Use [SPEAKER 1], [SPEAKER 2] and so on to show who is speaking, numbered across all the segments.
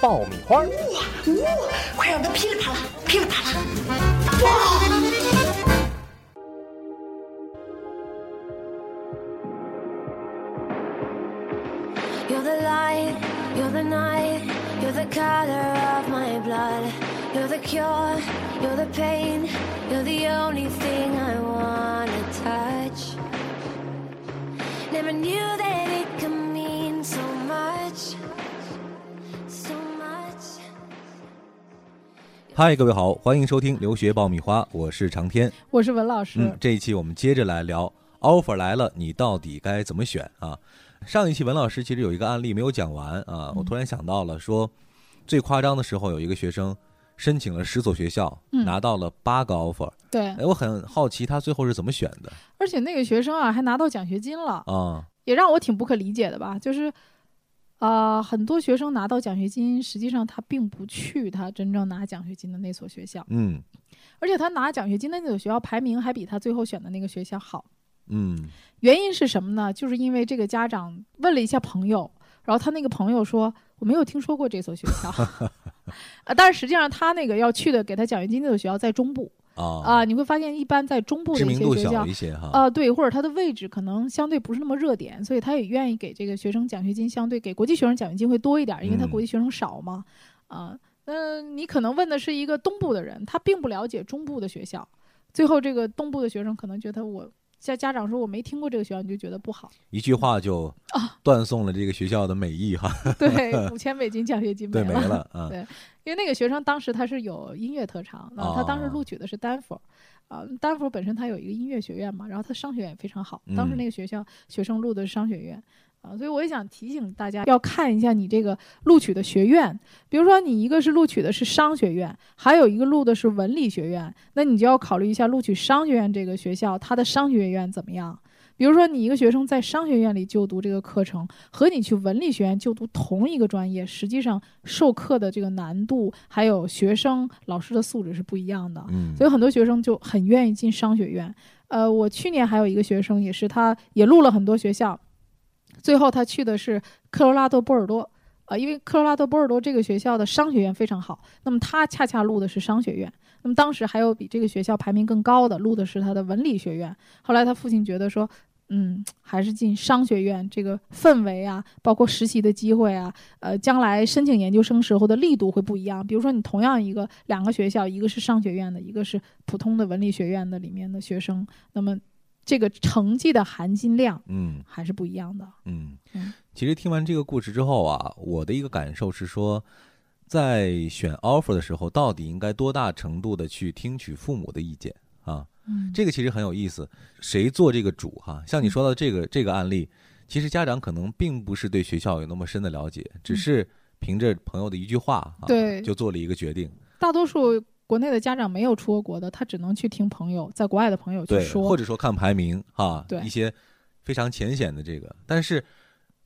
[SPEAKER 1] 爆米花》。
[SPEAKER 2] 呜、快让它噼里啪啦，噼里啪啦！
[SPEAKER 3] You're the light, you're the night, you're the color of my blood. You're the cure, you're the pain, you're the only thing I wanna touch. Never knew that it could mean so much, so much.
[SPEAKER 4] 嗨，各位好，欢迎收听留学爆米花，我是长天。
[SPEAKER 5] 我是文老师。
[SPEAKER 4] 嗯，这一期我们接着来聊 offer 来了，你到底该怎么选啊？上一期文老师其实有一个案例没有讲完啊，我突然想到了说，最夸张的时候有一个学生申请了十所学校，
[SPEAKER 5] 嗯
[SPEAKER 4] 拿到了八个 offer，
[SPEAKER 5] 对，
[SPEAKER 4] 哎，我很好奇他最后是怎么选的
[SPEAKER 5] 而且那个学生啊，还拿到奖学金了，
[SPEAKER 4] 啊？
[SPEAKER 5] 也让我挺不可理解的吧？就是，啊、很多学生拿到奖学金，实际上他并不去他真正拿奖学金的那所学校，
[SPEAKER 4] 嗯
[SPEAKER 5] 而且他拿奖学金的那所学校排名还比他最后选的那个学校好。
[SPEAKER 4] 嗯
[SPEAKER 5] 原因是什么呢？就是因为这个家长问了一下朋友，然后他那个朋友说我没有听说过这所学校， 啊，但是实际上他那个要去的给他奖学金那所学校在中部啊、
[SPEAKER 4] 啊，
[SPEAKER 5] 你会发现一般在中部的
[SPEAKER 4] 知
[SPEAKER 5] 一
[SPEAKER 4] 名
[SPEAKER 5] 些
[SPEAKER 4] 度
[SPEAKER 5] 学校
[SPEAKER 4] 小一。些哈。
[SPEAKER 5] 啊，对，或者它的位置可能相对不是那么热点，所以他也愿意给这个学生奖学金，相对给国际学生奖学金会多一点儿，因为他
[SPEAKER 4] 嗯
[SPEAKER 5] 国际学生少嘛。啊，那你可能问的是一个东部的人，他并不了解中部的学校，最后这个东部的学生可能觉得我。家家长说我没听过这个学校，你就觉得不好。
[SPEAKER 4] 一句话就
[SPEAKER 5] 啊
[SPEAKER 4] 断送了这个学校的美意哈。
[SPEAKER 5] 对，五千美金奖学金
[SPEAKER 4] 对，
[SPEAKER 5] 没
[SPEAKER 4] 没了啊。
[SPEAKER 5] 对因为那个学生当时他是有音乐特长，那他当时
[SPEAKER 4] 哦
[SPEAKER 5] 录取的是丹佛，啊、丹佛本身它有一个音乐学院嘛，然后他商学院也非常好，当时
[SPEAKER 4] 嗯
[SPEAKER 5] 那个学校学生录的是商学院，啊、所以我也想提醒大家要看一下你这个录取的学院，比如说你一个是录取的是商学院，还有一个录的是文理学院，那你就要考虑一下录取商学院这个学校它的商学院怎么样。比如说，你一个学生在商学院里就读这个课程，和你去文理学院就读同一个专业，实际上授课的这个难度，还有学生老师的素质是不一样的。
[SPEAKER 4] 嗯
[SPEAKER 5] 所以很多学生就很愿意进商学院。呃，我去年还有一个学生，也是他也录了很多学校，最后他去的是科罗拉多波尔多。呃，因为科罗拉多波尔多这个学校的商学院非常好，那么他恰恰录的是商学院。那么当时还有比这个学校排名更高的，录的是他的文理学院。后来他父亲觉得说，嗯，还是进商学院这个氛围啊，包括实习的机会啊，呃，将来申请研究生时候的力度会不一样。比如说，你同样一个两个学校，一个是商学院的，一个是普通的文理学院的里面的学生，那么这个成绩的含金量
[SPEAKER 4] 嗯
[SPEAKER 5] 还是不一样的。
[SPEAKER 4] 嗯
[SPEAKER 5] 嗯。
[SPEAKER 4] 其实听完这个故事之后啊，我的一个感受是说，在选 offer 的时候，到底应该多大程度的去听取父母的意见啊？
[SPEAKER 5] 嗯，
[SPEAKER 4] 这个其实很有意思，谁做这个主哈、像你说到这个这个案例，其实家长可能并不是对学校有那么深的了解，只是凭着朋友的一句话啊，
[SPEAKER 5] 嗯对
[SPEAKER 4] 就做了一个决定，
[SPEAKER 5] 大多数国内的家长没有出过国的，他只能去听朋友，在国外的朋友去
[SPEAKER 4] 对，
[SPEAKER 5] 说，
[SPEAKER 4] 或者说看排名哈，
[SPEAKER 5] 对
[SPEAKER 4] 一些非常浅显的这个，但是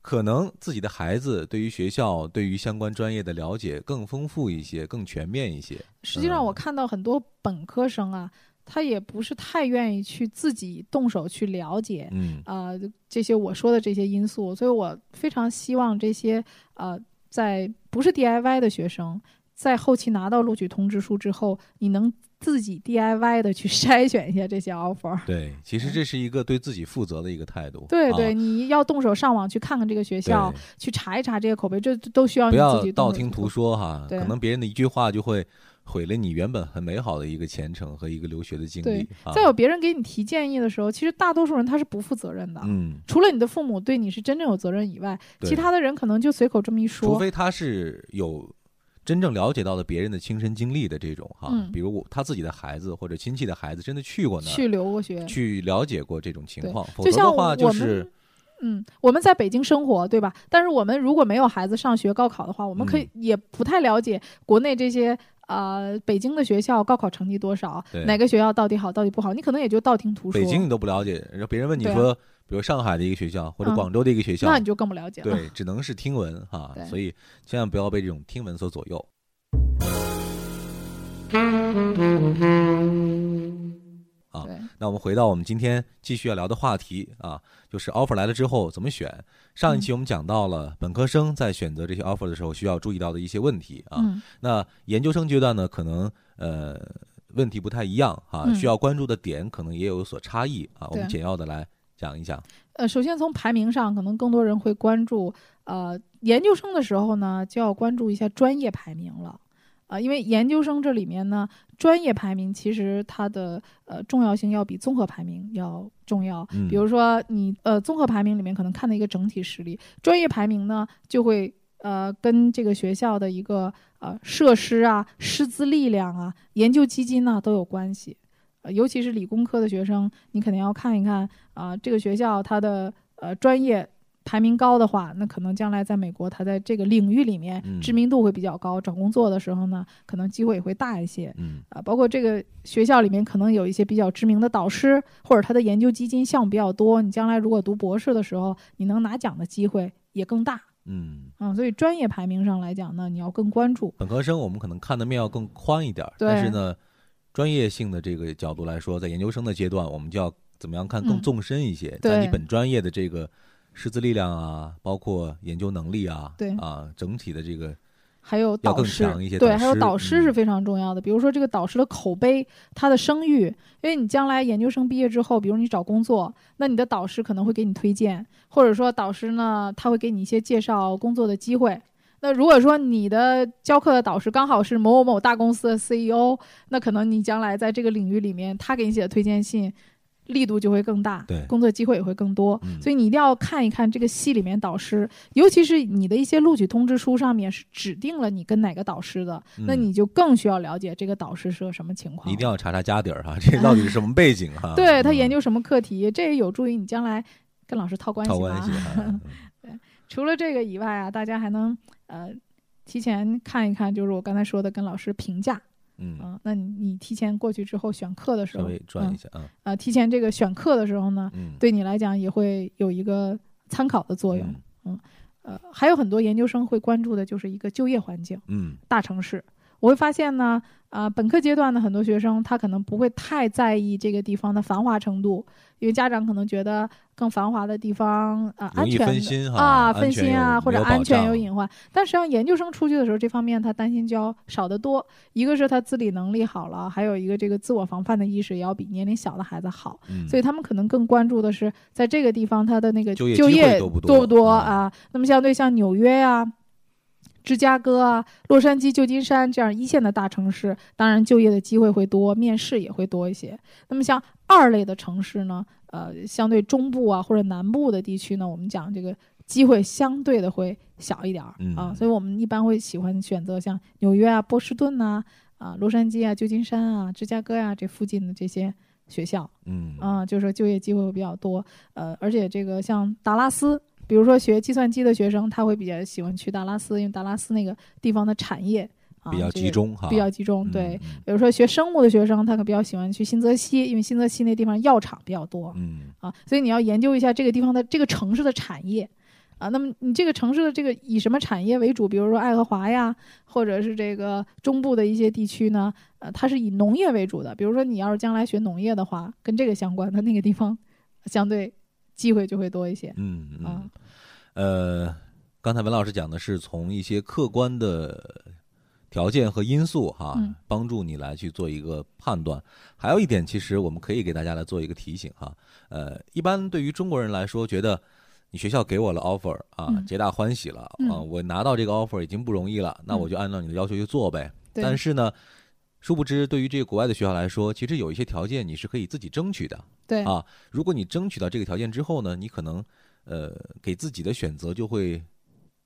[SPEAKER 4] 可能自己的孩子对于学校、对于相关专业的了解更丰富一些、更全面一些。
[SPEAKER 5] 实际
[SPEAKER 4] 嗯
[SPEAKER 5] 上，我看到很多本科生啊，他也不是太愿意去自己动手去了解。
[SPEAKER 4] 嗯
[SPEAKER 5] 啊、这些我说的这些因素，所以我非常希望这些呃，在不是 DIY 的学生，在后期拿到录取通知书之后，你能自己 DIY 的去 筛选一下这些 offer。
[SPEAKER 4] 对，其实这是一个对自己负责的一个态度。
[SPEAKER 5] 对
[SPEAKER 4] 啊
[SPEAKER 5] 对，你要动手上网去看看这个学校，
[SPEAKER 4] 对
[SPEAKER 5] 去查一查这些口碑，这这都需要
[SPEAKER 4] 不
[SPEAKER 5] 你
[SPEAKER 4] 要
[SPEAKER 5] 自己动
[SPEAKER 4] 道
[SPEAKER 5] 手
[SPEAKER 4] 听
[SPEAKER 5] 去
[SPEAKER 4] 途
[SPEAKER 5] 做。
[SPEAKER 4] 说哈，
[SPEAKER 5] 对
[SPEAKER 4] 可能别人的一句话就会毁了你原本很美好的一个前程和一个留学的经历
[SPEAKER 5] 对。
[SPEAKER 4] 啊
[SPEAKER 5] 在有别人给你提建议的时候，其实大多数人他是不负责任的。
[SPEAKER 4] 嗯，
[SPEAKER 5] 除了你的父母对你是真正有责任以外，
[SPEAKER 4] 对
[SPEAKER 5] 其他的人可能就随口这么一说。
[SPEAKER 4] 除非他是有真正了解到的别人的亲身经历的这种哈，
[SPEAKER 5] 嗯
[SPEAKER 4] 比如我他自己的孩子或者亲戚的孩子真的去过那儿
[SPEAKER 5] 去留过学，
[SPEAKER 4] 去了解过这种情
[SPEAKER 5] 对
[SPEAKER 4] 况，否
[SPEAKER 5] 就
[SPEAKER 4] 则的
[SPEAKER 5] 像
[SPEAKER 4] 话就
[SPEAKER 5] 我们
[SPEAKER 4] 是
[SPEAKER 5] 嗯，我们在北京生活，对吧？
[SPEAKER 4] 嗯
[SPEAKER 5] 但是我们如果没有孩子上学高考的话，我们可以也不太了解国内这些呃，北京的学校高考成绩多少
[SPEAKER 4] 对，
[SPEAKER 5] 哪个学校到底好，到底不好，你可能也就道听途说。
[SPEAKER 4] 北京你都不了解，然后别人问你
[SPEAKER 5] 对啊
[SPEAKER 4] 说，比如上海的一个学校或者
[SPEAKER 5] 嗯
[SPEAKER 4] 广州的一个学校
[SPEAKER 5] 那，你就更不了解了。
[SPEAKER 4] 对，只能是听闻哈，
[SPEAKER 5] 对
[SPEAKER 4] 所以千万不要被这种听闻所左右。啊
[SPEAKER 5] 对
[SPEAKER 4] 那我们回到我们今天继续要聊的话题啊，就是 offer 来了之后怎么选。上一
[SPEAKER 5] 嗯
[SPEAKER 4] 期我们讲到了本科生在选择这些 offer 的时候需要注意到的一些问题啊。
[SPEAKER 5] 嗯
[SPEAKER 4] 那研究生阶段呢，可能呃问题不太一样哈、
[SPEAKER 5] 嗯
[SPEAKER 4] 需要关注的点可能也有所差异啊。我们
[SPEAKER 5] 对
[SPEAKER 4] 简要的来讲一讲。
[SPEAKER 5] 呃，首先从排名上，可能更多人会关注呃研究生的时候呢，就要关注一下专业排名了。啊、因为研究生这里面呢，专业排名其实它的呃重要性要比综合排名要重要。
[SPEAKER 4] 嗯
[SPEAKER 5] 比如说你呃综合排名里面可能看的一个整体实力，专业排名呢就会呃跟这个学校的一个呃设施啊、师资力量啊、研究基金呐、都有关系。呃，尤其是理工科的学生，你肯定要看一看啊、这个学校它的呃专业排名高的话，那可能将来在美国，它在这个领域里面
[SPEAKER 4] 嗯
[SPEAKER 5] 知名度会比较高，找工作的时候呢，可能机会也会大一些。
[SPEAKER 4] 嗯
[SPEAKER 5] 啊，包括这个学校里面可能有一些比较知名的导师，或者他的研究基金项目比较多，你将来如果读博士的时候，你能拿奖的机会也更大
[SPEAKER 4] 嗯，
[SPEAKER 5] 啊、所以专业排名上来讲呢，你要更关注。
[SPEAKER 4] 本科生我们可能看的面要更宽一点儿，
[SPEAKER 5] 对
[SPEAKER 4] 但是呢，专业性的这个角度来说，在研究生的阶段，我们就要怎么样看更
[SPEAKER 5] 嗯
[SPEAKER 4] 纵深一些，在你
[SPEAKER 5] 对
[SPEAKER 4] 本专业的这个师资力量啊，包括研究能力啊，
[SPEAKER 5] 对
[SPEAKER 4] 啊，整体的这个
[SPEAKER 5] 还有
[SPEAKER 4] 要
[SPEAKER 5] 导
[SPEAKER 4] 更
[SPEAKER 5] 师
[SPEAKER 4] 强一些，
[SPEAKER 5] 对，
[SPEAKER 4] 导
[SPEAKER 5] 还有
[SPEAKER 4] 师
[SPEAKER 5] 导师是
[SPEAKER 4] 嗯
[SPEAKER 5] 非常重要的。比如说这个导师的口碑，他的声誉，因为你将来研究生毕业之后，比如你找工作，那你的导师可能会给你推荐，或者说导师呢，他会给你一些介绍工作的机会。那如果说你的教课的导师刚好是某某某大公司的 CEO，那可能你将来在这个领域里面，他给你写的推荐信力度就会更大，
[SPEAKER 4] 对
[SPEAKER 5] 工作机会也会更多。
[SPEAKER 4] 嗯
[SPEAKER 5] 所以你一定要看一看这个系里面导师，尤其是你的一些录取通知书上面是指定了你跟哪个导师的，那
[SPEAKER 4] 嗯
[SPEAKER 5] 你就更需要了解这个导师是个什么情况。
[SPEAKER 4] 一定要查查家底儿哈，这到底是什么背景哈？嗯
[SPEAKER 5] 对他研
[SPEAKER 4] 究
[SPEAKER 5] 究什么课题，这也有助于你将来跟老师套关系
[SPEAKER 4] 套
[SPEAKER 5] 嘛。
[SPEAKER 4] 关系哈，嗯
[SPEAKER 5] 除了这个以外啊，大家还能呃提前看一看，就是我刚才说的跟老师评价
[SPEAKER 4] 嗯，
[SPEAKER 5] 啊、那你你提前过去之后选课的时
[SPEAKER 4] 稍
[SPEAKER 5] 候
[SPEAKER 4] 微，转一
[SPEAKER 5] 嗯
[SPEAKER 4] 下啊，
[SPEAKER 5] 呃，提前这个选课的时候呢，
[SPEAKER 4] 嗯，
[SPEAKER 5] 对你来讲也会有一个参考的作用。
[SPEAKER 4] 嗯
[SPEAKER 5] 呃，还有很多研究生会关注的就是一个就业环境，
[SPEAKER 4] 嗯
[SPEAKER 5] 大城市。我会发现呢，啊、本科阶段的很多学生他可能不会太在意这个地方的繁华程度，因为家长可能觉得更繁华的地方啊、呃
[SPEAKER 4] 容
[SPEAKER 5] 安
[SPEAKER 4] 易
[SPEAKER 5] 全
[SPEAKER 4] 分
[SPEAKER 5] 的
[SPEAKER 4] 心哈
[SPEAKER 5] 啊
[SPEAKER 4] 安
[SPEAKER 5] 分
[SPEAKER 4] 全
[SPEAKER 5] 心
[SPEAKER 4] 有
[SPEAKER 5] 啊，
[SPEAKER 4] 没
[SPEAKER 5] 或者
[SPEAKER 4] 有保
[SPEAKER 5] 安全有
[SPEAKER 4] 障
[SPEAKER 5] 隐患。但实际上研究生出去的时候，这方面他担心就要少得多。一个是他自理能力好了，还有一个这个自我防范的意识也要比年龄小的孩子好。
[SPEAKER 4] 嗯，
[SPEAKER 5] 所以他们可能更关注的是在这个地方他的那个
[SPEAKER 4] 就
[SPEAKER 5] 就
[SPEAKER 4] 业
[SPEAKER 5] 业
[SPEAKER 4] 机会多不
[SPEAKER 5] 不
[SPEAKER 4] 多嗯
[SPEAKER 5] 啊？那么相对像纽约啊、芝加哥啊、洛杉矶、旧金山这样一线的大城市，当然就业的机会会多，面试也会多一些。那么像二类的城市呢，呃，相对中部啊或者南部的地区呢，我们讲这个机会相对的会小一点儿、
[SPEAKER 4] 嗯
[SPEAKER 5] 啊，所以我们一般会喜欢选择像纽约啊、波士顿呐、啊、洛杉矶啊、旧金山啊、芝加哥呀、这附近的这些学校。
[SPEAKER 4] 嗯
[SPEAKER 5] 啊，就是说就业机会会比较多。呃，而且这个像达拉斯，比如说学计算机的学生，他会比较喜欢去达拉斯，因为达拉斯那个地方的产业、啊、
[SPEAKER 4] 比较
[SPEAKER 5] 这
[SPEAKER 4] 集
[SPEAKER 5] 个，
[SPEAKER 4] 中哈，
[SPEAKER 5] 比较集中。
[SPEAKER 4] 嗯
[SPEAKER 5] 对，，
[SPEAKER 4] 嗯
[SPEAKER 5] 比如说学生物的学生，他可比较喜欢去新泽西，因为新泽西那地方药厂比较多
[SPEAKER 4] 嗯
[SPEAKER 5] 啊，所以你要研究一下这个地方的这个城市的产业。啊，那么你这个城市的这个以什么产业为主？比如说爱荷华呀，或者是这个中部的一些地区呢，呃，它是以农业为主的。比如说你要是将来学农业的话，跟这个相关的那个地方，相对机会就会多一些。
[SPEAKER 4] 嗯嗯
[SPEAKER 5] 啊，
[SPEAKER 4] 呃，刚才文老师讲的是从一些客观的条件和因素哈
[SPEAKER 5] 嗯，
[SPEAKER 4] 帮助你来去做一个判断。还有一点，其实我们可以给大家来做一个提醒哈。呃，一般对于中国人来说，觉得你学校给我了 offer 啊，
[SPEAKER 5] 嗯
[SPEAKER 4] 皆大欢喜了啊，
[SPEAKER 5] 嗯
[SPEAKER 4] 我拿到这个 offer 已经不容易了，那我就按照你的要求去做呗。
[SPEAKER 5] 对
[SPEAKER 4] 但是呢。殊不知，对于这个国外的学校来说，其实有一些条件你是可以自己争取的。
[SPEAKER 5] 对，
[SPEAKER 4] 啊，如果你争取到这个条件之后呢，你可能呃给自己的选择就会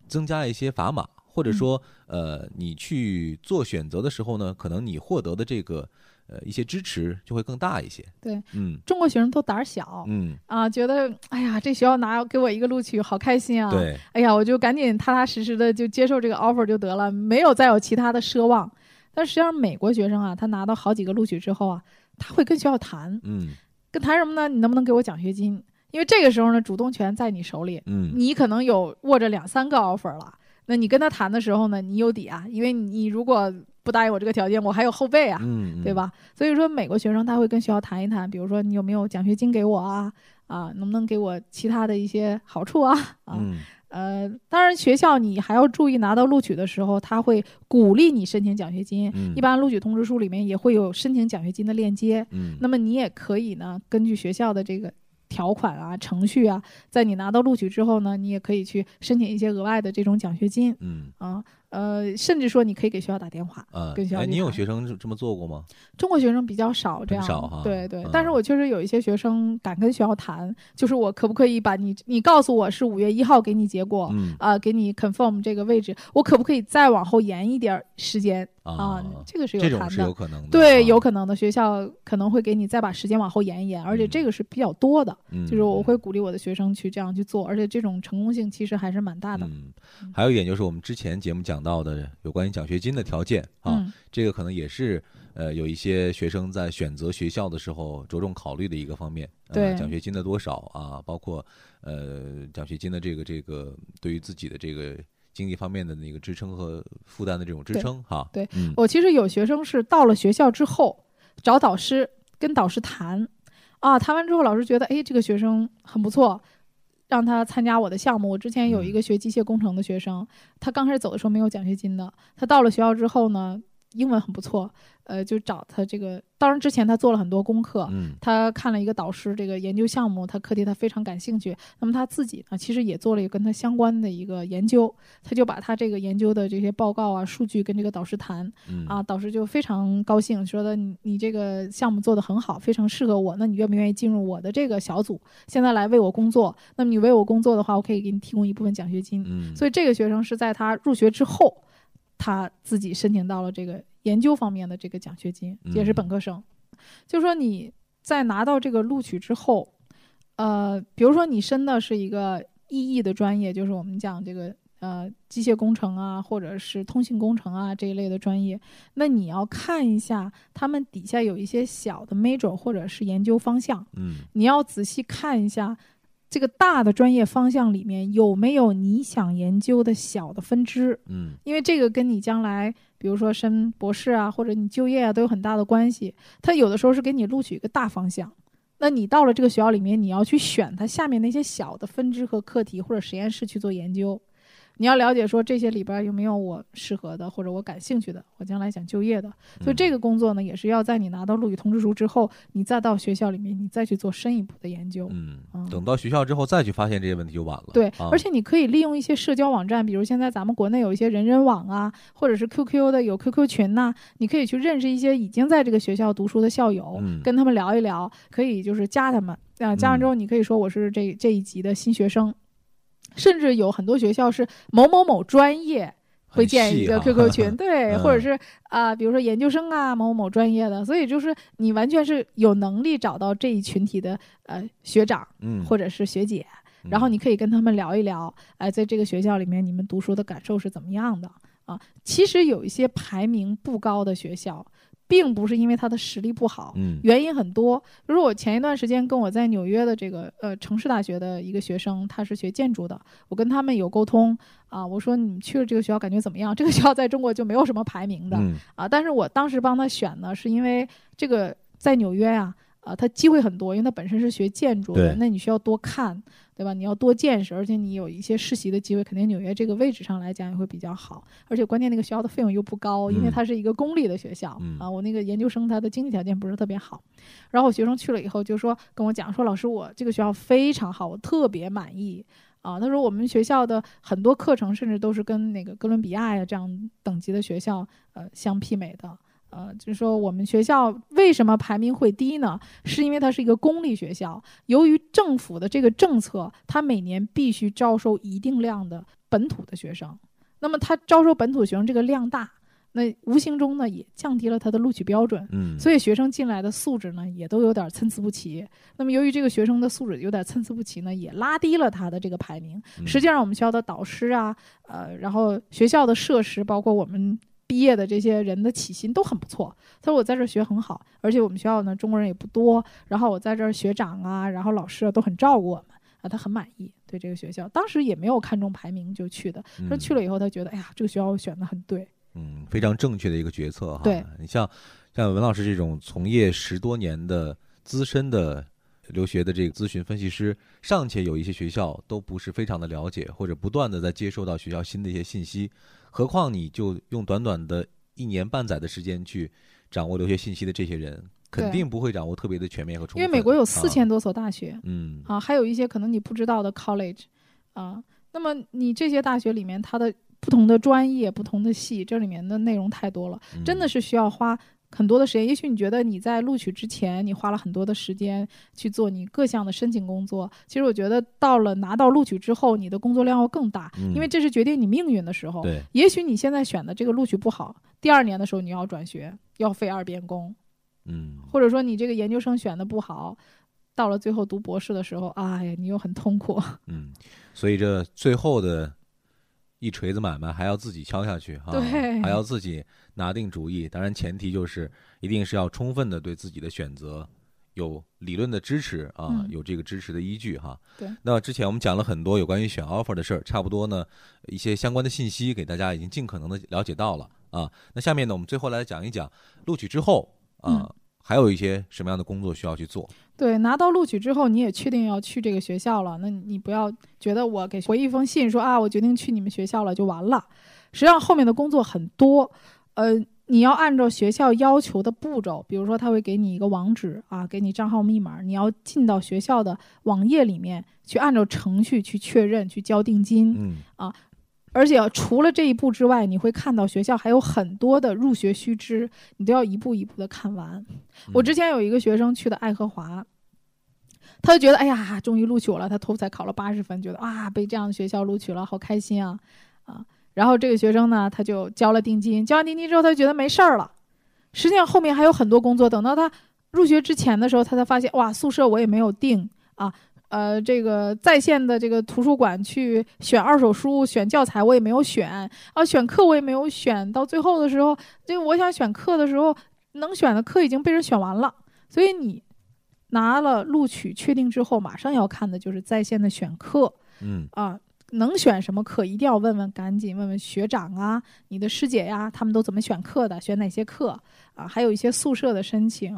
[SPEAKER 4] 增加一些砝码，或者
[SPEAKER 5] 嗯
[SPEAKER 4] 说呃你去做选择的时候呢，可能你获得的这个呃一些支持就会更大一些。
[SPEAKER 5] 对，
[SPEAKER 4] 嗯
[SPEAKER 5] 中国学生都胆儿小、
[SPEAKER 4] 嗯，
[SPEAKER 5] 啊，觉得哎呀，这学校拿给我一个录取，好开心啊！
[SPEAKER 4] 对，
[SPEAKER 5] 哎呀，我就赶紧踏踏实实的就接受这个 offer 就得了，没有再有其他的奢望。但实际上，美国学生啊，他拿到好几个录取之后啊，他会跟学校谈，
[SPEAKER 4] 嗯
[SPEAKER 5] 跟谈什么呢？你能不能给我奖学金？因为这个时候呢，主动权在你手里，
[SPEAKER 4] 嗯
[SPEAKER 5] 你可能有握着两三个 offer 了。那你跟他谈的时候呢，你有底啊，因为你如果不答应我这个条件，我还有后备啊。
[SPEAKER 4] 嗯，
[SPEAKER 5] 对？吧？所以说，美国学生他会跟学校谈一谈，比如说你有没有奖学金给我啊？啊，能不能给我其他的一些好处啊？啊，
[SPEAKER 4] 嗯
[SPEAKER 5] 呃，当然，学校你还要注意，拿到录取的时候，他会鼓励你申请奖学金。
[SPEAKER 4] 嗯，
[SPEAKER 5] 一般录取通知书里面也会有申请奖学金的链接，
[SPEAKER 4] 嗯，
[SPEAKER 5] 那么你也可以呢，根据学校的这个条款啊、程序啊，在你拿到录取之后呢，你也可以去申请一些额外的这种奖学金
[SPEAKER 4] 嗯
[SPEAKER 5] 啊。呃，甚至说你可以给学校打电话，
[SPEAKER 4] 啊，
[SPEAKER 5] 跟学校
[SPEAKER 4] 哎，
[SPEAKER 5] 去
[SPEAKER 4] 你有
[SPEAKER 5] 谈
[SPEAKER 4] 学生这这么做过吗？
[SPEAKER 5] 中国学生比较少这
[SPEAKER 4] 很
[SPEAKER 5] 样，
[SPEAKER 4] 少哈
[SPEAKER 5] 对对、
[SPEAKER 4] 嗯
[SPEAKER 5] 但是我确实有一些学生敢跟学校谈，就是我可不可以把你，你告诉我是五月一号给你结果，
[SPEAKER 4] 嗯
[SPEAKER 5] 啊、给你 confirm 这个位置，我可不可以再往后延一点儿时间啊、
[SPEAKER 4] 啊，
[SPEAKER 5] 这个是
[SPEAKER 4] 这
[SPEAKER 5] 有
[SPEAKER 4] 种
[SPEAKER 5] 谈
[SPEAKER 4] 是有
[SPEAKER 5] 的。
[SPEAKER 4] 可能的，
[SPEAKER 5] 对，
[SPEAKER 4] 啊
[SPEAKER 5] 有可能的，学校可能会给你再把时间往后延一延，而且
[SPEAKER 4] 嗯
[SPEAKER 5] 这个是比较多的，
[SPEAKER 4] 嗯
[SPEAKER 5] 就是我会鼓励我的学生去这样去做，而且这种成功性其实还是蛮大的。
[SPEAKER 4] 嗯，还有一点就是我们之前节目讲到的有关于奖学金的条件啊，
[SPEAKER 5] 嗯，
[SPEAKER 4] 这个可能也是呃有一些学生在选择学校的时候着重考虑的一个方面。呃
[SPEAKER 5] 对
[SPEAKER 4] 奖学金的多少啊，包括呃奖学金的这个这个对于自己的这个经济方面的那个支撑和负担的这种支
[SPEAKER 5] 对
[SPEAKER 4] 撑哈。
[SPEAKER 5] 对哦
[SPEAKER 4] 嗯
[SPEAKER 5] 我其实有学生是到了学校之后找导师跟导师谈，啊，谈完之后老师觉得，哎，这个学生很不错，让他参加我的项目。我之前有一个学机械工程的学生，他刚开始走的时候没有奖学金的，他到了学校之后呢，英文很不错，呃，就找他这个，当然之前他做了很多功课，
[SPEAKER 4] 嗯
[SPEAKER 5] 他看了一个导师这个研究项目，他课题他非常感兴趣。那么他自己呢，其实也做了一个跟他相关的一个研究，他就把他这个研究的这些报告啊、数据跟这个导师谈
[SPEAKER 4] 嗯
[SPEAKER 5] 啊，导师就非常高兴，说的你你这个项目做得很好，非常适合我，那你愿不愿意进入我的这个小组，现在来为我工作？那么你为我工作的话，我可以给你提供一部分奖学金。
[SPEAKER 4] 嗯，
[SPEAKER 5] 所以这个学生是在他入学之后，他自己申请到了这个研究方面的这个奖学金，也是
[SPEAKER 4] 嗯
[SPEAKER 5] 本科生。就说你在拿到这个录取之后，呃，比如说你申的是一个 EE 的专业，就是我们讲这个呃机械工程啊，或者是通信工程啊这一类的专业，那你要看一下他们底下有一些小的 major 或者是研究方向。
[SPEAKER 4] 嗯
[SPEAKER 5] 你要仔细看一下这个大的专业方向里面有没有你想研究的小的分支，
[SPEAKER 4] 嗯
[SPEAKER 5] 因为这个跟你将来，比如说升博士啊，或者你就业啊，都有很大的关系。它有的时候是给你录取一个大方向，那你到了这个学校里面，你要去选它下面那些小的分支和课题或者实验室去做研究。你要了解说这些里边有没有我适合的或者我感兴趣的，我将来想就业的，所以
[SPEAKER 4] 嗯
[SPEAKER 5] 这个工作呢，也是要在你拿到录取通知书之后，你再到学校里面，你再去做深一步的研究。
[SPEAKER 4] 嗯
[SPEAKER 5] 嗯
[SPEAKER 4] 等到学校之后再去发现这些问题就晚了。
[SPEAKER 5] 对，
[SPEAKER 4] 啊
[SPEAKER 5] 而且你可以利用一些社交网站，比如现在咱们国内有一些人人网啊，或者是 QQ 的有 QQ 群呐、你可以去认识一些已经在这个学校读书的校友，
[SPEAKER 4] 嗯
[SPEAKER 5] 跟他们聊一聊，可以就是加他们啊、加上之后你可以说我是这这一级的新学生，甚至有很多学校是某某某专业。
[SPEAKER 4] 很
[SPEAKER 5] 会建一
[SPEAKER 4] 细
[SPEAKER 5] 个
[SPEAKER 4] 哈
[SPEAKER 5] QQ 群，对，
[SPEAKER 4] 嗯
[SPEAKER 5] 或者是啊、比如说研究生啊，某某某专业的，所以就是你完全是有能力找到这一群体的呃学长
[SPEAKER 4] 嗯，
[SPEAKER 5] 或者是学姐，然后
[SPEAKER 4] 嗯
[SPEAKER 5] 你可以跟他们聊一聊，哎、在这个学校里面你们读书的感受是怎么样的啊？其实有一些排名不高的学校，并不是因为他的实力不好，
[SPEAKER 4] 嗯
[SPEAKER 5] 原因很多。比如说我前一段时间跟我在纽约的这个呃城市大学的一个学生，他是学建筑的，我跟他们有沟通啊，我说你们去了这个学校感觉怎么样？这个 学校在中国就没有什么排名的、
[SPEAKER 4] 嗯
[SPEAKER 5] 啊，但是我当时帮他选呢，是因为这个在纽约啊。啊，他机会很多，因为他本身是学建筑的
[SPEAKER 4] 对，
[SPEAKER 5] 那你需要多看，对吧？你要多见识，而且你有一些实习的机会，肯定纽约这个位置上来讲也会比较好。而且关键那个学校的费用又不高，因为
[SPEAKER 4] 嗯
[SPEAKER 5] 它是一个公立的学校、
[SPEAKER 4] 嗯
[SPEAKER 5] 啊。我那个研究生他的经济条件不是特别好，然后我学生去了以后就说跟我讲说，老师我这个学校非常好，我特别满意。啊，他说我们学校的很多课程甚至都是跟那个哥伦比亚呀这样等级的学校呃相媲美的。呃，就是说我们学校为什么排名会低呢？是因为它是一个公立学校，由于政府的这个政策，它每年必须招收一定量的本土的学生。那么它招收本土学生这个量大，那无形中呢也降低了它的录取标准。
[SPEAKER 4] 嗯，
[SPEAKER 5] 所以学生进来的素质呢，也都有点参差不齐。那么由于这个学生的素质有点参差不齐呢，也拉低了他的这个排名。
[SPEAKER 4] 嗯
[SPEAKER 5] 实际上，我们学校的导师啊，呃，然后学校的设施，包括我们毕毕业的这些人的起薪都很不错。他说我在这儿学很好，而且我们学校呢中国人也不多，然后我在这儿学长啊，然后老师啊都很照顾我们啊，他很满意对这个学校。当时也没有看中排名就去的，说
[SPEAKER 4] 嗯
[SPEAKER 5] 去了以后他觉得哎呀这个学校我选的很对，
[SPEAKER 4] 嗯，非常正确的一个决策哈。
[SPEAKER 5] 对，
[SPEAKER 4] 你像像文老师这种从业十多年的资深的留学的这个咨询分析师，尚且有一些学校都不是非常的了解，或者不断的在接收到学校新的一些信息，何况你就用短短的一年半载的时间去掌握留学信息的这些人，肯
[SPEAKER 5] 对
[SPEAKER 4] 定不会掌握特别的全面和充
[SPEAKER 5] 因
[SPEAKER 4] 分。
[SPEAKER 5] 为美国有
[SPEAKER 4] 啊
[SPEAKER 5] 四千，多所大学，
[SPEAKER 4] 嗯
[SPEAKER 5] 啊，还有一些可能你不知道的 college 啊。那么你这些大学里面，它的不同的专业、不同的系，这里面的内容太多了，真的
[SPEAKER 4] 是，
[SPEAKER 5] 是需要花很多的时间。也许你觉得你在录取之前，你花了很多的时间去做你各项的申请工作，其实我觉得到了拿到录取之后，你的工作量要更大，
[SPEAKER 4] 嗯
[SPEAKER 5] 因为这是决定你命运的时候。
[SPEAKER 4] 对，
[SPEAKER 5] 也许你现在选的这个录取不好，第二年的时候你要转学，要费二遍工，
[SPEAKER 4] 嗯，
[SPEAKER 5] 或者说你这个研究生选的不好，到了最后读博士的时候，哎呀，你又很痛苦。
[SPEAKER 4] 嗯，所以这最后的一锤子买卖还要自己敲下去哈、
[SPEAKER 5] 对
[SPEAKER 4] 还要自己拿定主意。当然，前提就是一定是要充分的对自己的选择有理论的支持啊，
[SPEAKER 5] 嗯
[SPEAKER 4] 有这个支持的依据哈、
[SPEAKER 5] 对
[SPEAKER 4] 那之前我们讲了很多有关于选 offer 的事儿，差不多呢一些相关的信息给大家已经尽可能的了解到了啊。那下面呢，我们最后来讲一讲录取之后啊。
[SPEAKER 5] 嗯
[SPEAKER 4] 还有一些什么样的工作需要去做？
[SPEAKER 5] 对，拿到录取之后，你也确定要去这个学校了，那你不要觉得我给回一封信说啊，我决定去你们学校了就完了。实际上后面的工作很多，呃，你要按照学校要求的步骤，比如说他会给你一个网址啊，给你账号密码，你要进到学校的网页里面去按照程序去确认、去交定金。
[SPEAKER 4] 嗯
[SPEAKER 5] 而且除了这一步之外，你会看到学校还有很多的入学须知，你都要一步一步的看完。我之前有一个学生去的爱荷华，他就觉得哎呀，终于录取我了，他托福才考了八十分，觉得啊被这样的学校录取了，好开心啊啊！然后这个学生呢，他就交了定金，交完定金之后，他就觉得没事儿了。实际上后面还有很多工作，等到他入学之前的时候，他才发现哇，宿舍我也没有定啊，呃，这个在线的这个图书馆去选二手书、选教材，我也没有选啊，选课我也没有选。到最后的时候，这我想选课的时候，能选的课已经被人选完了。所以你拿了录取确定之后，马上要看的就是在线的选课
[SPEAKER 4] 嗯
[SPEAKER 5] 啊，能选什么课，一定要问问，赶紧问问学长啊，你的师姐呀、他们都怎么选课的，选哪些课啊？还有一些宿舍的申请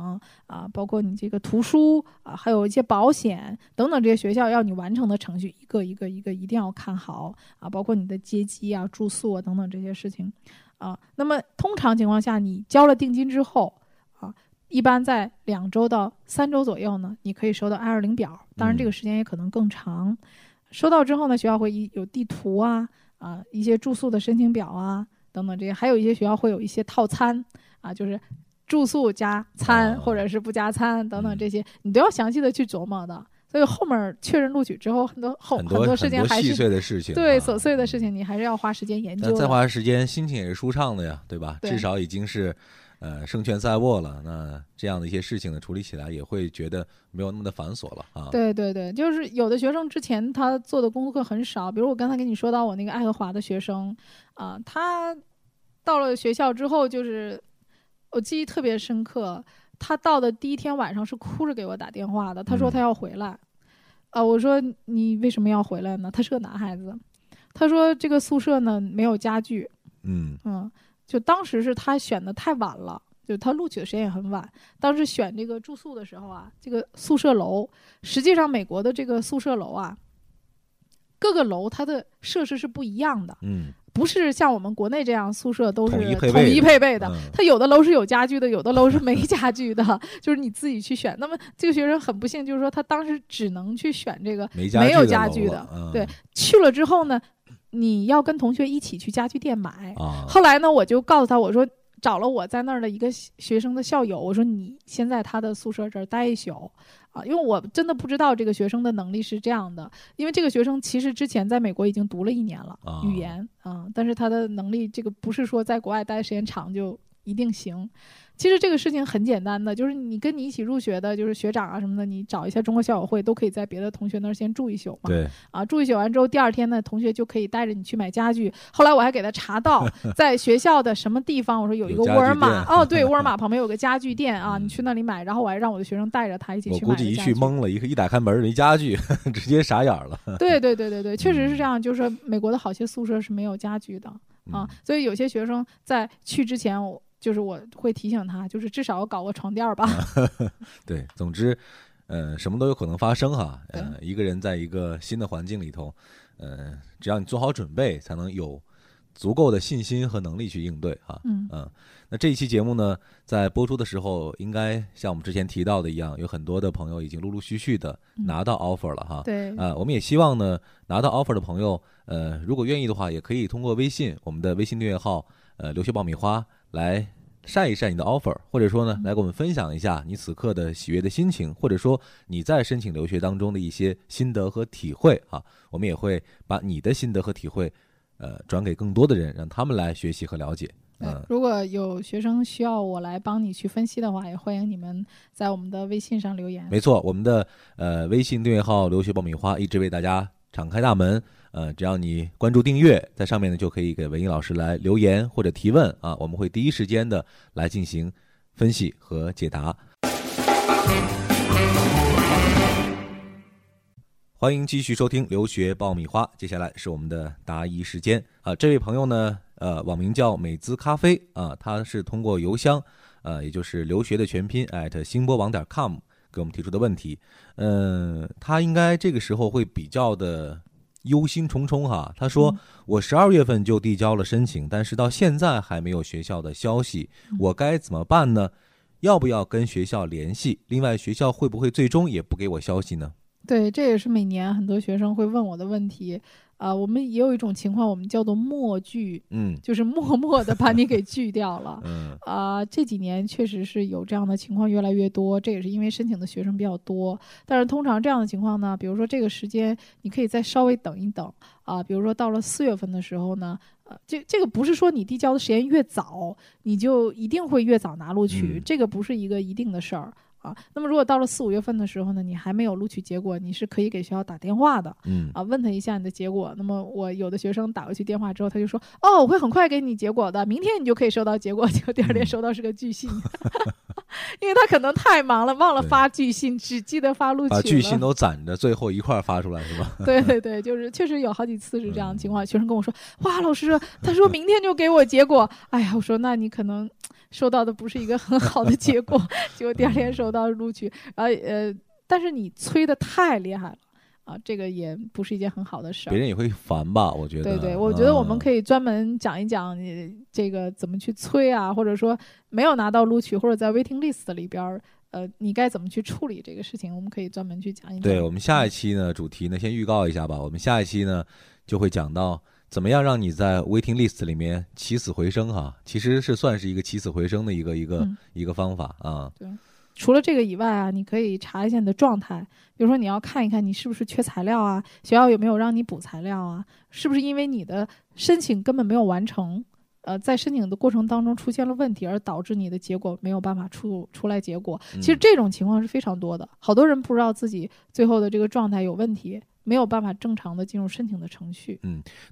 [SPEAKER 5] 啊，包括你这个图书啊，还有一些保险等等这些学校要你完成的程序，一个一个一个一定要看好啊，包括你的接机啊、住宿啊等等这些事情啊。那么通常情况下，你交了定金之后啊，一般在两周到三周左右呢，你可以收到 I 二零表，当然这个时间也可能更长。收到之后呢，学校会一有地图啊啊，一些住宿的申请表啊等等这些，还有一些学校会有一些套餐啊，就是住宿加餐、
[SPEAKER 4] 哦
[SPEAKER 5] 或者是不加餐等等
[SPEAKER 4] 嗯
[SPEAKER 5] 这些，你都要详细的去琢磨的。所以后面确认录取之后，哦很多后
[SPEAKER 4] 很多
[SPEAKER 5] 事情还
[SPEAKER 4] 细
[SPEAKER 5] 是
[SPEAKER 4] 碎的事情啊，
[SPEAKER 5] 对琐碎的事情，你还是要花时间研究
[SPEAKER 4] 那
[SPEAKER 5] 的。
[SPEAKER 4] 再花时间，心情也是舒畅的呀，对吧？
[SPEAKER 5] 对
[SPEAKER 4] 至少已经是，呃，胜券在握了。那这样的一些事情呢，处理起来也会觉得没有那么的繁琐了啊。，
[SPEAKER 5] 对对对，就是有的学生之前他做的功课很少，比如我刚才跟你说到我那个爱荷华的学生，啊、他到了学校之后，就是我记忆特别深刻，他到的第一天晚上是哭着给我打电话的，他说
[SPEAKER 4] 嗯
[SPEAKER 5] 他要回来，啊、我说你为什么要回来呢？他是个男孩子，他说这个宿舍呢没有家具，
[SPEAKER 4] 嗯
[SPEAKER 5] 嗯，就当时是他选的太晚了，就他录取的时间也很晚。当时选这个住宿的时候啊，这个宿舍楼，实际上美国的这个宿舍楼啊，各个楼它的设施是不一样的，
[SPEAKER 4] 嗯，
[SPEAKER 5] 不是像我们国内这样宿舍都是
[SPEAKER 4] 统
[SPEAKER 5] 统
[SPEAKER 4] 一配备的
[SPEAKER 5] 一配备的。
[SPEAKER 4] 嗯
[SPEAKER 5] 它有的楼是有家具的，有的楼是没家具的， 就是你自己去选。那么这个学生很不幸，就是说他当时只能去选这个
[SPEAKER 4] 没家
[SPEAKER 5] 没有
[SPEAKER 4] 的
[SPEAKER 5] 家
[SPEAKER 4] 楼
[SPEAKER 5] 具
[SPEAKER 4] 了
[SPEAKER 5] 的。
[SPEAKER 4] 嗯、
[SPEAKER 5] 对，去了之后呢，你要跟同学一起去家具店买。
[SPEAKER 4] 啊，
[SPEAKER 5] 后来呢，我就告诉他，我说找了我在那儿的一个学学生的校友，我说你先在他的宿舍这儿待一宿啊，因为我真的不知道这个学生的能力是这样的，因为这个学生其实之前在美国已经读了一年了、
[SPEAKER 4] 啊
[SPEAKER 5] 语言啊，但是他的能力这个不是说在国外待时间长就。一定行。其实这个事情很简单的，就是你跟你一起入学的，就是学长啊什么的，你找一下中国校友会，都可以在别的同学那儿先住一宿嘛。
[SPEAKER 4] 对，
[SPEAKER 5] 啊，住一宿完之后，第二天呢，同学就可以带着你去买家具。后来我还给他 查到，在学校的什么地方，我说有一
[SPEAKER 4] 有
[SPEAKER 5] 个
[SPEAKER 4] 家
[SPEAKER 5] 沃尔
[SPEAKER 4] 具
[SPEAKER 5] 玛，
[SPEAKER 4] 店
[SPEAKER 5] 哦， 对，沃尔玛旁边有个家具店啊，你
[SPEAKER 4] 嗯
[SPEAKER 5] 去那里买。然后我还让我的学生带着他一起
[SPEAKER 4] 我
[SPEAKER 5] 去
[SPEAKER 4] 估
[SPEAKER 5] 买
[SPEAKER 4] 计
[SPEAKER 5] 了
[SPEAKER 4] 一
[SPEAKER 5] 家
[SPEAKER 4] 去
[SPEAKER 5] 具
[SPEAKER 4] 懵了，一一打开门儿，一家具 直接傻眼儿了。
[SPEAKER 5] 对对对对对，确实是这样。就是说美国的好些宿舍是没有家具的啊
[SPEAKER 4] 嗯，
[SPEAKER 5] 所以有些学生在去之前，我就是我会提醒他，就是至少要搞个床垫儿 吧。
[SPEAKER 4] 对，总之，呃，什么都有可能发生哈。呃，一个人在一个新的环境里头，呃，只要你做好准备，才能有足够的信心和能力去应对啊。
[SPEAKER 5] 嗯
[SPEAKER 4] 嗯，那这一期节目呢，在播出的时候，应该像我们之前提到的一样，有很多的朋友已经陆陆续续的拿到 offer 了哈。
[SPEAKER 5] 嗯对，
[SPEAKER 4] 啊、我们也希望呢，拿到 offer 的朋友，呃，如果愿意的话，也可以通过微信，我们的微信订阅号，呃，留学爆米花来晒一晒你的 offer，或者说
[SPEAKER 5] 嗯
[SPEAKER 4] 呢，来给我们分享一下你此刻的喜悦的心情，或者说你在申请留学当中的一些心得和体会啊，我们也会把你的心得和体会，呃，转给更多的人，让他们来学习和了解。
[SPEAKER 5] 对
[SPEAKER 4] 嗯、
[SPEAKER 5] 如果有学生需要我来帮你去分析的话，也欢迎你们在我们的微信上留言。
[SPEAKER 4] 没错，我们的呃微信订阅号“留学爆米花”一直为大家敞开大门。呃，只要你关注订阅，在上面呢就可以给文艺老师来留言或者提问啊，我们会第一时间的来进行分析和解答。欢迎继续收听《留学爆米花》，接下来是我们的答疑时间啊。这位朋友呢，呃，网名叫美姿咖啡啊，他是通过邮箱，呃，也就是留学的全拼 at 星波网点 com 给我们提出的问题。嗯，他应该这个时候会比较的忧心忡忡哈。他说：“
[SPEAKER 5] 嗯
[SPEAKER 4] 我十二月份就递交了申请，但是到现在还没有学校的消息，
[SPEAKER 5] 嗯
[SPEAKER 4] 我该怎么办呢？要不要跟学校联系？另外，学校会不会最终也不给我消息呢？”
[SPEAKER 5] 对，这也是每年很多学生会问我的问题。啊、我们也有一种情况，我们叫做默拒，
[SPEAKER 4] 嗯
[SPEAKER 5] 就是默默的把你给拒掉了。
[SPEAKER 4] 嗯
[SPEAKER 5] 啊、这几年确实是有这样的情况越来越多，这也是因为申请的学生比较多。但是通常这样的情况呢，比如说这个时间，你可以再稍微等一等啊、比如说到了四月份的时候呢，呃，这这个不是说你递交的时间越早，你就一定会越早拿录取，
[SPEAKER 4] 嗯
[SPEAKER 5] 这个不是一个一定的事儿。啊，那么如果到了四五月份的时候呢，你还没有录取结果，你是可以给学校打电话的，
[SPEAKER 4] 嗯
[SPEAKER 5] 啊，问他一下你的结果。那么我有的学生打过去电话之后，他就说：“哦，我会很快给你结果的，明天你就可以收到结果。”结果第二天
[SPEAKER 4] 嗯
[SPEAKER 5] 收到是个拒信， 因为他可能太忙了，忘了
[SPEAKER 4] 对
[SPEAKER 5] 发拒信，只记得发录取
[SPEAKER 4] 把
[SPEAKER 5] 了。
[SPEAKER 4] 巨星都攒着，最后一块儿发出来是 吧？
[SPEAKER 5] 对对对，就是确实有好几次是这样的情
[SPEAKER 4] 嗯
[SPEAKER 5] 况。学生跟我说：“哇，老师，他说明天就给我结果。”哎呀，我说那你可能收到的不是一个很好的 结果，结果第二天收到录取，然后呃，但是你催的太厉害了啊，这个也不是一件很好的事儿
[SPEAKER 4] 别。人也会烦吧？我觉得。嗯
[SPEAKER 5] 对对，我觉得我们
[SPEAKER 4] 以。
[SPEAKER 5] 可以专门讲一讲你这个怎么去催啊，或者说没有拿到录取或者在 waiting list 里边儿，呃，你该怎么去处理这个事情，我们可以专门去讲一讲。
[SPEAKER 4] 对我们
[SPEAKER 5] 嗯
[SPEAKER 4] 下一期呢，主题呢先预告一下吧。我们下一期呢就会讲到怎么样让你在 waiting list 里面起死回生哈、其实是算是一个起死回生的一个一个、
[SPEAKER 5] 嗯
[SPEAKER 4] 一个方法啊。
[SPEAKER 5] 除了这个以外啊，你可以查一下你的状态，比如说你要看一看你是不是缺材料啊，学校有没有让你补材料啊，是不是因为你的申请根本没有完成，呃，在申请的过程当中出现了问题，而导致你的结果没有办法出出来结果。其实
[SPEAKER 4] 嗯
[SPEAKER 5] 这种情况是非常多的，好多人不知道自己最后的这个状态有问题，没有办法正常的进入申请的程序。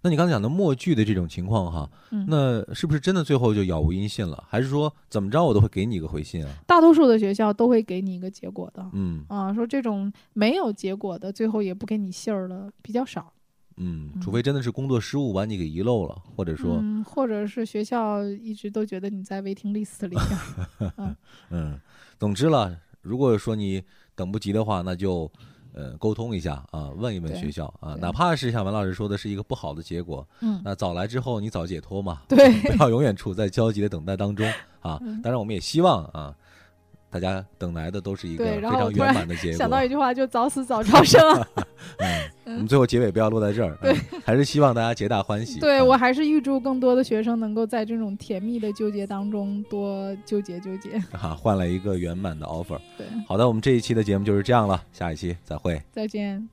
[SPEAKER 4] 那你刚才讲的默剧的这种情况哈，
[SPEAKER 5] 嗯
[SPEAKER 4] 那是不是真的最后就杳无音信了？还是说怎么着我都会给你一个回信啊？
[SPEAKER 5] 大多数的学校都会给你一个结果的，
[SPEAKER 4] 嗯
[SPEAKER 5] 啊，说这种没有结果的，最后也不给你信儿了，比较少。
[SPEAKER 4] 嗯，
[SPEAKER 5] 嗯
[SPEAKER 4] 除非真的是工作失误把你给遗漏了，或者说
[SPEAKER 5] 嗯，或者是学校一直都觉得你在 waiting list 里边
[SPEAKER 4] 嗯，总之了，如果说你等不及的话，那就呃沟通一下啊，问一问
[SPEAKER 5] 对
[SPEAKER 4] 学校啊，
[SPEAKER 5] 对
[SPEAKER 4] 哪怕是像文老师说的是一个不好的结果，
[SPEAKER 5] 嗯，
[SPEAKER 4] 那早来之后你早解脱嘛，
[SPEAKER 5] 对，
[SPEAKER 4] 不要永远处在焦急的等待当中啊。
[SPEAKER 5] 嗯
[SPEAKER 4] 当然，我们也希望啊，大家等来的都是一个
[SPEAKER 5] 对
[SPEAKER 4] 非
[SPEAKER 5] 然后
[SPEAKER 4] 常
[SPEAKER 5] 我突
[SPEAKER 4] 圆
[SPEAKER 5] 然
[SPEAKER 4] 满的结
[SPEAKER 5] 想
[SPEAKER 4] 果
[SPEAKER 5] 到。一句话就早死早超生。啊
[SPEAKER 4] 我们最后结尾不要落在这儿，对，还是希望大家皆大欢喜。
[SPEAKER 5] 对
[SPEAKER 4] 嗯
[SPEAKER 5] 我还是预祝更多的学生能够在这种甜蜜的纠结当中多纠结纠结。
[SPEAKER 4] 啊，换来一个圆满的 offer。
[SPEAKER 5] 对，
[SPEAKER 4] 好的，我们这一期的节目就是这样了，下一期再会。
[SPEAKER 5] 再见。